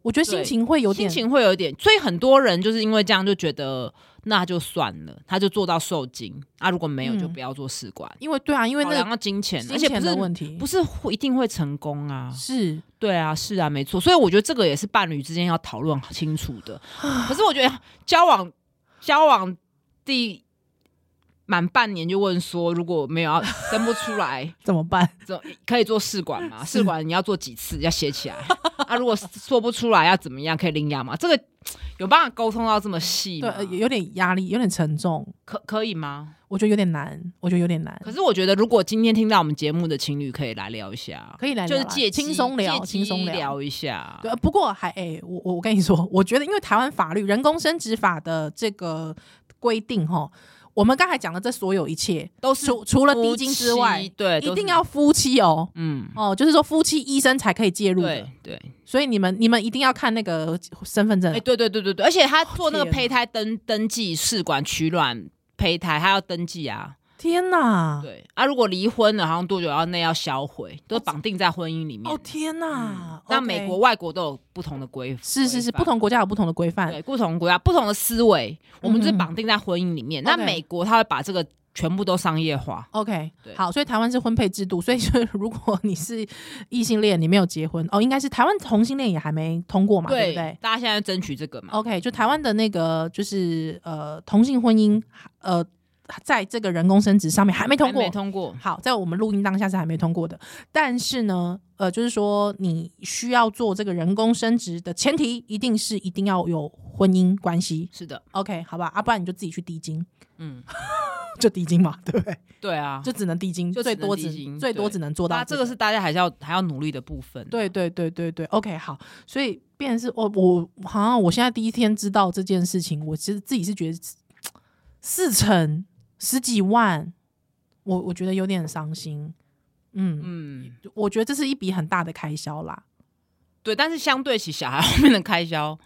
S2: 我觉得心
S1: 对
S2: 情会有
S1: 心
S2: 点
S1: 情会有点，所以很多人就是因为这样就觉得那就算了，他就做到受精啊，如果没有
S2: 嗯
S1: 就不要做试管，
S2: 因为对啊，因为
S1: 考
S2: 那
S1: 量
S2: 个
S1: 到金钱，
S2: 金
S1: 而且不
S2: 钱的
S1: 是
S2: 问题
S1: 不是会一定会成功啊，
S2: 是
S1: 对啊，是啊，没错，所以我觉得这个也是伴侣之间要讨论清楚的。可是我觉得交往交往第满半年就问说，如果没有要生不出来，
S2: 怎么办？
S1: 怎可以做试管吗？试管你要做几次？要写起来啊！如果做不出来要怎么样？可以领养吗？这个有办法沟通到这么细
S2: 对，
S1: 吗？
S2: 呃有点压力，有点沉重，
S1: 可可以吗？
S2: 我觉得有点难，我觉得有点难。
S1: 可是我觉得，如果今天听到我们节目的情侣，可以来聊一下，
S2: 可以来
S1: 就
S2: 聊
S1: 是
S2: 啦
S1: 借机
S2: 轻松聊
S1: 借机
S2: 轻松聊
S1: 聊一下。
S2: 对，不过还哎、我我我跟你说， 我觉得因为台湾法律人工生殖法的这个规定哈，我们刚才讲的这所有一切，
S1: 都是
S2: 除除了
S1: 夫
S2: 低
S1: 妻
S2: 精之外，
S1: 对，
S2: 一
S1: 都
S2: 定
S1: 是
S2: 要夫妻哦。
S1: 嗯，
S2: 哦，就是说夫妻医生才可以介入的
S1: 对，对，
S2: 所以你们你们一定要看那个身份证
S1: 哎，，对对对对对，而且他做那个
S2: 嗯哦天哪
S1: 胚胎登登记试管取卵胚胎，他要登记啊。
S2: 天哪！
S1: 对啊，如果离婚了，好像多久要内要销毁，都绑定在婚姻里面。
S2: 哦天哪！
S1: 那嗯
S2: OK
S1: 美国、外国都有不同的规，
S2: 是是是，
S1: 规范
S2: 不同国家有不同的规范
S1: 对，不同国家、不同的思维，我们就是
S2: 嗯嗯
S1: 绑定在婚姻里面。那
S2: OK
S1: 美国他会把这个全部都商业化，
S2: OK，
S1: 对
S2: 好，所以台湾是婚配制度，所以就是如果你是异性恋，你没有结婚哦，应该是台湾同性恋也还没通过嘛，对哦不对？
S1: 大家现在争取这个嘛。
S2: OK，就台湾的那个就是呃同性婚姻呃，在这个人工生殖上面还没通
S1: 还
S2: 过
S1: 没。通过，
S2: 好，在我们录音当下是还没通过的，但是呢，呃，就是说你需要做这个人工生殖的前提，一定是一定要有婚姻关系。
S1: 是的，
S2: OK，好吧，啊，不然你就自己去低精，
S1: 嗯，
S2: 就低精嘛，对不对？
S1: 对啊，
S2: 就只能低精，
S1: 就只
S2: 最
S1: 能
S2: 多
S1: 低
S2: 只
S1: 精
S2: 最多
S1: 对
S2: 只能做到、
S1: 那这个是大家还是要还要努力的部分。
S2: 对对对对对，OK，好，所以变成是我我好像我现在第一天知道这件事情，我其实自己是觉得四成十几万，我我觉得有点伤心。嗯，
S1: 嗯，
S2: 我觉得这是一笔很大的开销啦。
S1: 对，但是相对起小孩后面的开销，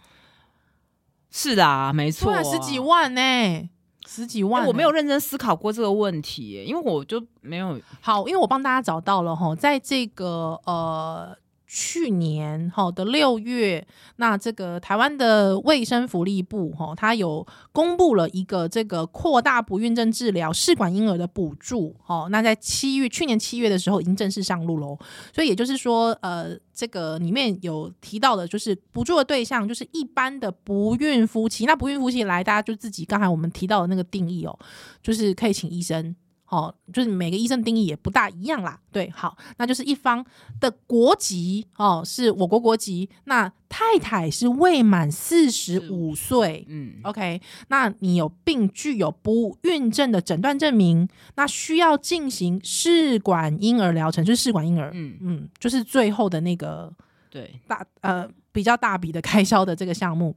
S1: 是啦，没错
S2: 突
S1: 啊、
S2: 然十几万欸呢、十几万
S1: 哎
S2: 呢、
S1: 我没有认真思考过这个问题耶，因为我就没有
S2: 好，因为我帮大家找到了哈，在这个呃去年哈的六月，那这个台湾的卫生福利部哈，它有公布了一个这个扩大不孕症治疗试管婴儿的补助哦。那在七月去年七月的时候已经正式上路喽，所以也就是说，呃，这个里面有提到的，就是补助的对象就是一般的不孕夫妻。那不孕夫妻来，大家就自己刚才我们提到的那个定义哦，就是可以请医生。哦，就是每个医生定义也不大一样啦。对，好，那就是一方的国籍哦，是我国国籍。那太太是未满四十五岁，
S1: 嗯
S2: OK，那你有并具有不孕症的诊断证明，那需要进行试管婴儿疗程，就是试管婴儿，
S1: 嗯，
S2: 嗯，就是最后的那个
S1: 对，
S2: 大呃比较大笔的开销的这个项目。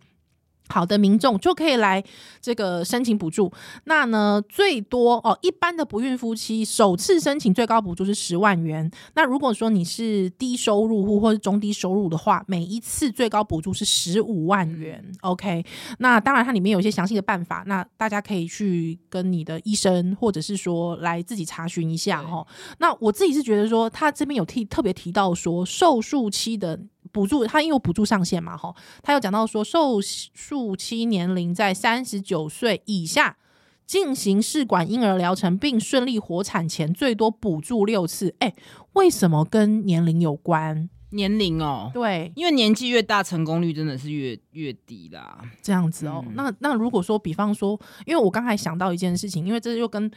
S2: 好的民众就可以来这个申请补助。那呢，最多哦，一般的不孕夫妻首次申请最高补助是十万元。那如果说你是低收入户或是中低收入的话，每一次最高补助是十五万元。OK，那当然它里面有一些详细的办法，那大家可以去跟你的医生或者是说来自己查询一下
S1: 对
S2: 哦。那我自己是觉得说，他这边有提特别提到说，受数期的补助，他因为有补助上限嘛，哈，他有讲到说，受数期年龄在三十九岁以下进行试管婴儿疗程并顺利活产前，最多补助六次。哎、为什么跟年龄有关？
S1: 年龄哦，
S2: 对，
S1: 因为年纪越大，成功率真的是越越低啦。
S2: 这样子哦。
S1: 嗯
S2: 那那如果说，比方说，因为我刚才想到一件事情，因为这就跟，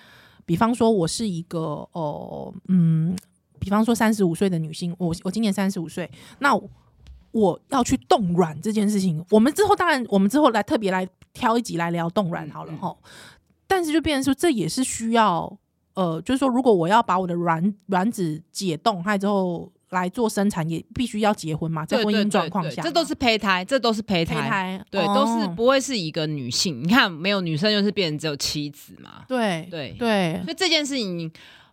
S2: 比方说，我是一个哦、嗯，比方说三十五岁的女性，我我今年三十五岁，那我我要去冻卵这件事情，我们之后当然，我们之后来特别来挑一集来聊冻卵好了
S1: 嗯嗯
S2: 哈。但是就变成说，这也是需要呃，就是说，如果我要把我的卵卵子解冻，还之后来做生产，也必须要结婚嘛，在
S1: 对
S2: 婚
S1: 对
S2: 姻
S1: 对
S2: 状况
S1: 对
S2: 下嘛，
S1: 这都是胚胎，这都是胚
S2: 胚
S1: 胎，
S2: 胎，
S1: 对，
S2: 哦
S1: 都是不会是一个女性。你看，没有女生就是变成只有妻子嘛，
S2: 对
S1: 对
S2: 对。
S1: 所以这件事情，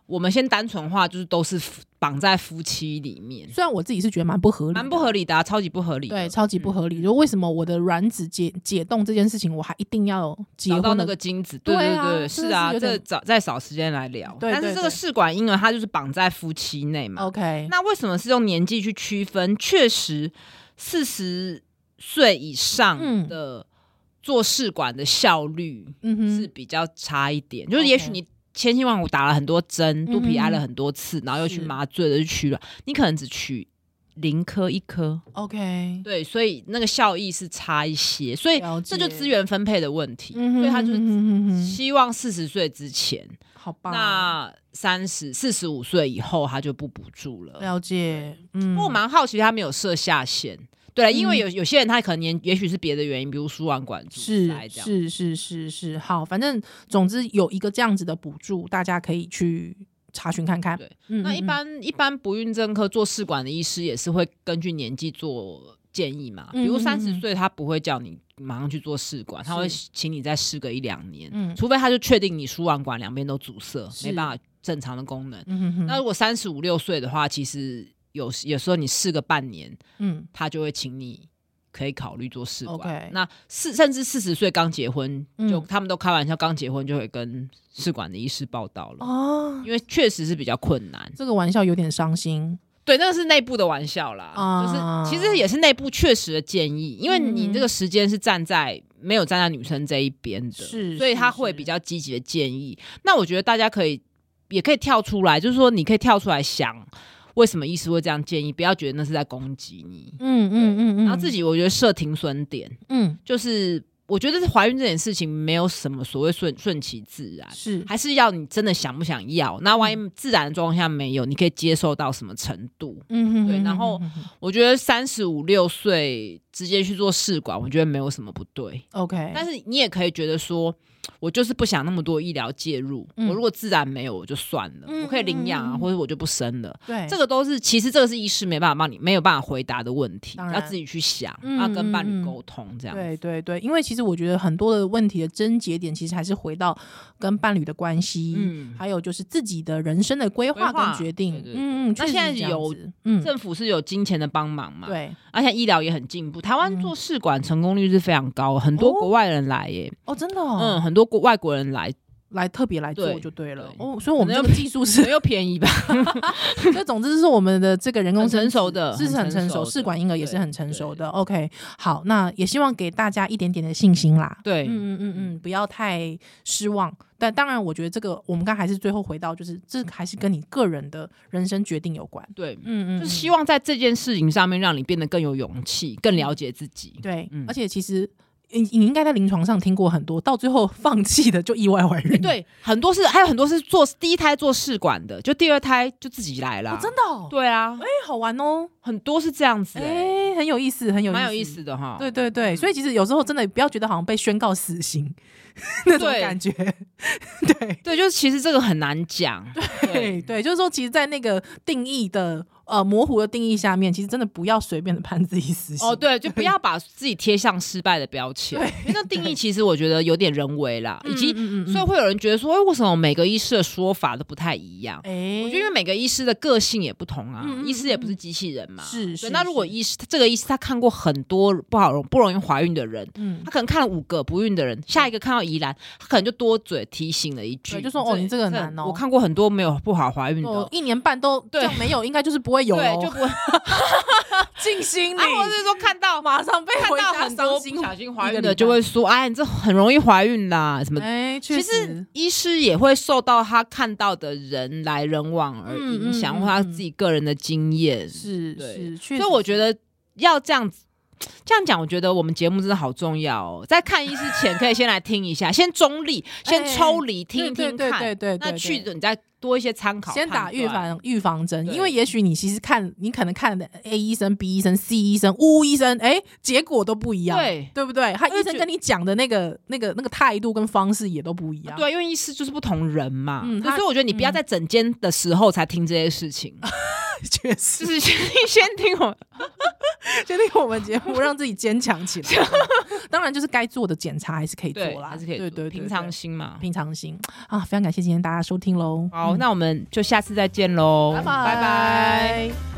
S1: 我们先单纯化，就是都是夫绑在夫妻里面，
S2: 虽然我自己是觉得蛮不合理的，嗯
S1: 蛮不合理的、啊，超级不合理的。
S2: 对，超级不合理。就为什么我的卵子解解冻这件事情，我还一定要结
S1: 找到
S2: 婚
S1: 那
S2: 的
S1: 个精子，对
S2: 对
S1: 对
S2: 啊
S1: 对，
S2: 真的
S1: 是
S2: 是
S1: 啊，
S2: 有
S1: 这
S2: 点
S1: 找再少时间来聊。
S2: 对
S1: 但
S2: 对
S1: 是这个
S2: 对哦
S1: 试管婴儿它就是绑在夫妻内嘛。
S2: OK，
S1: 那为什么是用年纪去区分？确实，四十岁以上
S2: 嗯
S1: 的做试管的效率
S2: 嗯
S1: 是
S2: 哼，
S1: 比较差一点，就是也许
S2: OK
S1: 你。千辛万苦打了很多针，肚皮
S2: 嗯哼
S1: 挨了很多次，然后又去
S2: 是
S1: 麻醉了，去取卵，你可能只取零颗一颗，
S2: OK，
S1: 对，所以那个效益是差一些，所以
S2: 了
S1: 这就
S2: 解
S1: 资源分配的问题，
S2: 嗯哼
S1: 所以他就是
S2: 嗯哼嗯哼嗯哼
S1: 希望四十岁之前，
S2: 好吧，
S1: 那三十四十五岁以后他就不补助了。
S2: 了解，嗯，
S1: 不过我蛮好奇他没有设下限，对了，因为
S2: 嗯
S1: 有有些人他可能年也许是别的原因，比如输卵管阻
S2: 是
S1: 塞这样。
S2: 是是是是，好，反正总之有一个这样子的补助，大家可以去查询看看。
S1: 对
S2: 嗯，嗯
S1: 那一
S2: 嗯
S1: 般一般不孕症科做试管的医师也是会根据年纪做建议嘛，比如
S2: 嗯嗯嗯
S1: 三十
S2: 嗯
S1: 岁他不会叫你马上去做试管，他会请你再试个一两年，
S2: 嗯
S1: 除非他就确定你输卵管两边都阻塞，
S2: 是
S1: 没办法正常的功能。
S2: 嗯哼哼
S1: 那如果三十五六岁的话，其实有时有时候你试个半年，
S2: 嗯
S1: 他就会请你可以考虑做试管。
S2: OK
S1: 那四甚至四十岁刚结婚，
S2: 嗯
S1: 就他们都开玩笑，刚结婚就会跟试管的医师报道了，
S2: 哦，
S1: 因为确实是比较困难。
S2: 这个玩笑有点伤心，
S1: 对，那个是内部的玩笑啦，
S2: 啊
S1: 就是其实也是内部确实的建议，因为你
S2: 嗯
S1: 这个时间是站在没有站在女生这一边的，
S2: 是
S1: 所以
S2: 是
S1: 他会
S2: 是
S1: 比较积极的建议。那我觉得大家可以也可以跳出来，就是说你可以跳出来想。为什么医师会这样建议？不要觉得那是在攻击你，
S2: 嗯嗯嗯嗯，
S1: 然后自
S2: 己
S1: 己我觉得设停损点，
S2: 嗯
S1: 就是我觉得是怀孕这件事情没有什么所谓顺顺其自然，
S2: 是
S1: 啊还是要你真的想不想要。那万一自然的状况下没有，你可以接受到什么程度？
S2: 嗯哼
S1: 对
S2: 哼
S1: 然
S2: 哼
S1: 后
S2: 哼哼
S1: 我觉得三十五六岁直接去做试管，我觉得没有什么不对。
S2: OK，
S1: 但
S2: 是
S1: 是你也可以觉得说，我就是不想那么多医疗介入。
S2: 嗯
S1: 我如果自然没有，我就算了，
S2: 嗯
S1: 我可以领养
S2: 嗯
S1: 啊，
S2: 嗯嗯
S1: 或者我就不生了。
S2: 对
S1: 这个都是其实这个是医师没办法帮你没有办法回答的问题，
S2: 当然
S1: 要自己去想，
S2: 嗯
S1: 要跟伴
S2: 嗯
S1: 侣
S2: 嗯
S1: 沟通这样。
S2: 对对对，因为其实我觉得很多的问题的症结点，其实还是回到跟伴侣的关系，
S1: 嗯
S2: 还有就是自己的人生的规
S1: 规
S2: 划
S1: 划
S2: 跟决定。
S1: 对对对
S2: 嗯嗯，
S1: 那
S2: 确实
S1: 现在
S2: 是这样
S1: 有
S2: 子嗯，
S1: 政府是有金钱的帮忙嘛？，
S2: 对
S1: 而且医疗也很进步。台湾
S2: 嗯
S1: 做试管成功率是非常高，很多
S2: 哦
S1: 国外人来耶，
S2: 哦，真的
S1: 嗯，
S2: 哦，
S1: 很多国外国人来，
S2: 来特别来做
S1: 对
S2: 就对了
S1: 对
S2: 哦，所以我们
S1: 可
S2: 这
S1: 能
S2: 个技术是
S1: 没，有便宜吧？
S2: 所以总之是我们的这个人工
S1: 很成
S2: 生殖
S1: 熟的
S2: 是
S1: 很成
S2: 很成
S1: 熟
S2: 熟，
S1: 的
S2: 试管婴儿也是
S1: 对
S2: 很成熟
S1: 对
S2: 的。OK，好，那也希望给大家一点点的信心啦。
S1: 对，
S2: 嗯嗯嗯嗯，不要太失望。但当然，我觉得这个我们刚还是最后回到，就是这还是跟你个人的人生决定有关。
S1: 对，
S2: 嗯嗯，
S1: 就是希
S2: 望
S1: 望在这件事情上面让你变得更有勇气，
S2: 嗯
S1: 更了解自己。
S2: 对，
S1: 嗯
S2: 而且其实你你应该在临床上听过很多，到最后放弃的就意外怀 孕。
S1: 对，很多是还有很多是做第一胎做试管的，就第二胎就自己来
S2: 哦
S1: 啦。，
S2: 真的哦，
S1: 对啊，
S2: 哎，好玩哦，
S1: 很多是这样子欸，
S2: 哎，很有意思，很有
S1: 蛮有意。思的嗯哈。
S2: 对对对，所以其实有时候真的不要觉得好像被宣告死刑那种
S1: 对
S2: 感觉， 对。
S1: 对，就是其实这个很难讲。对
S2: 对对，就是说，其实，在那个定义的呃模糊的定义下面，其实真的不要随便的判自己死刑。
S1: 哦，对，就不要把自己贴上失败的标签，因为那定义其实我觉得有点人为啦，以及
S2: 嗯嗯嗯嗯
S1: 所以会有人觉得说，哎为什么每个医师的说法都不太一样？
S2: 哎、
S1: 我觉得因为每个医师的个性也不同啊，
S2: 嗯嗯嗯
S1: 医师也不是机器人嘛。
S2: 是
S1: 对
S2: 是
S1: 那如果
S2: 是
S1: 医师这个医师他看过很多不好容不容易怀孕的人，
S2: 嗯
S1: 他，可能看了五个不孕的人，下一个看到宜兰，他可能就多嘴提醒了一句，
S2: 对就说哦你这个很难哦
S1: 我看过很多没有不好怀孕的，
S2: 我一年半都这样没有，应该就是不会有哦哎
S1: 对，就不
S2: 咯啊
S1: 会。啊，
S2: 静心
S1: 或者是说 看到
S2: 马上被
S1: 看
S2: 回
S1: 到
S2: 家
S1: 很多
S2: 伤
S1: 不
S2: 心啊
S1: 小心怀
S2: 一个
S1: 孕
S2: 礼
S1: 的，就
S2: 拜
S1: 会说：“哎，你这很容易怀孕啦，什么的。
S2: 哎，
S1: 其
S2: 确
S1: 实
S2: 实，
S1: 医师也会受到他看到的人来人往而
S2: 嗯
S1: 影响，
S2: 嗯
S1: 或他
S2: 嗯
S1: 自己个人的经验。
S2: 是
S1: 对
S2: 是，确
S1: 所
S2: 实
S1: 以我
S2: 得
S1: 觉得要这样子这样讲，我觉得我们节目真的好重要哦。在看医之前，可以先来听 一下，先中立，先抽离听一听
S2: 哎对对
S1: 看。
S2: 对对对对
S1: 那去的你再多一些参考，
S2: 先打预
S1: 判断。
S2: 防预防针，
S1: 对
S2: 因为也许你其实看你可能看的 A 医生、B 医生、C 医生、U 医生，哎、结果都不一样，
S1: 对
S2: 对不对？他
S1: 而
S2: 医
S1: 且
S2: 生跟你讲的那个那个那个态度跟方式也都不一样，
S1: 对，因为医师就是不同人嘛，
S2: 啊嗯
S1: 所以
S2: 他
S1: 我觉得你不要在整间的时候才听这些事 情，
S2: 确
S1: 就
S2: 实，
S1: 是先先听我
S2: 决定我们节目让自己坚强 起来。 当然，就是该做的检查还是可以 做
S1: 对，
S2: 啦，
S1: 还是可以
S2: 对
S1: 做
S2: 对对
S1: 平常
S2: 对
S1: 心嘛。
S2: 平常心啊！非常感谢今天大家收听喽，
S1: 好，那我们就下次再见喽，
S2: 拜
S1: 拜拜。
S2: 拜。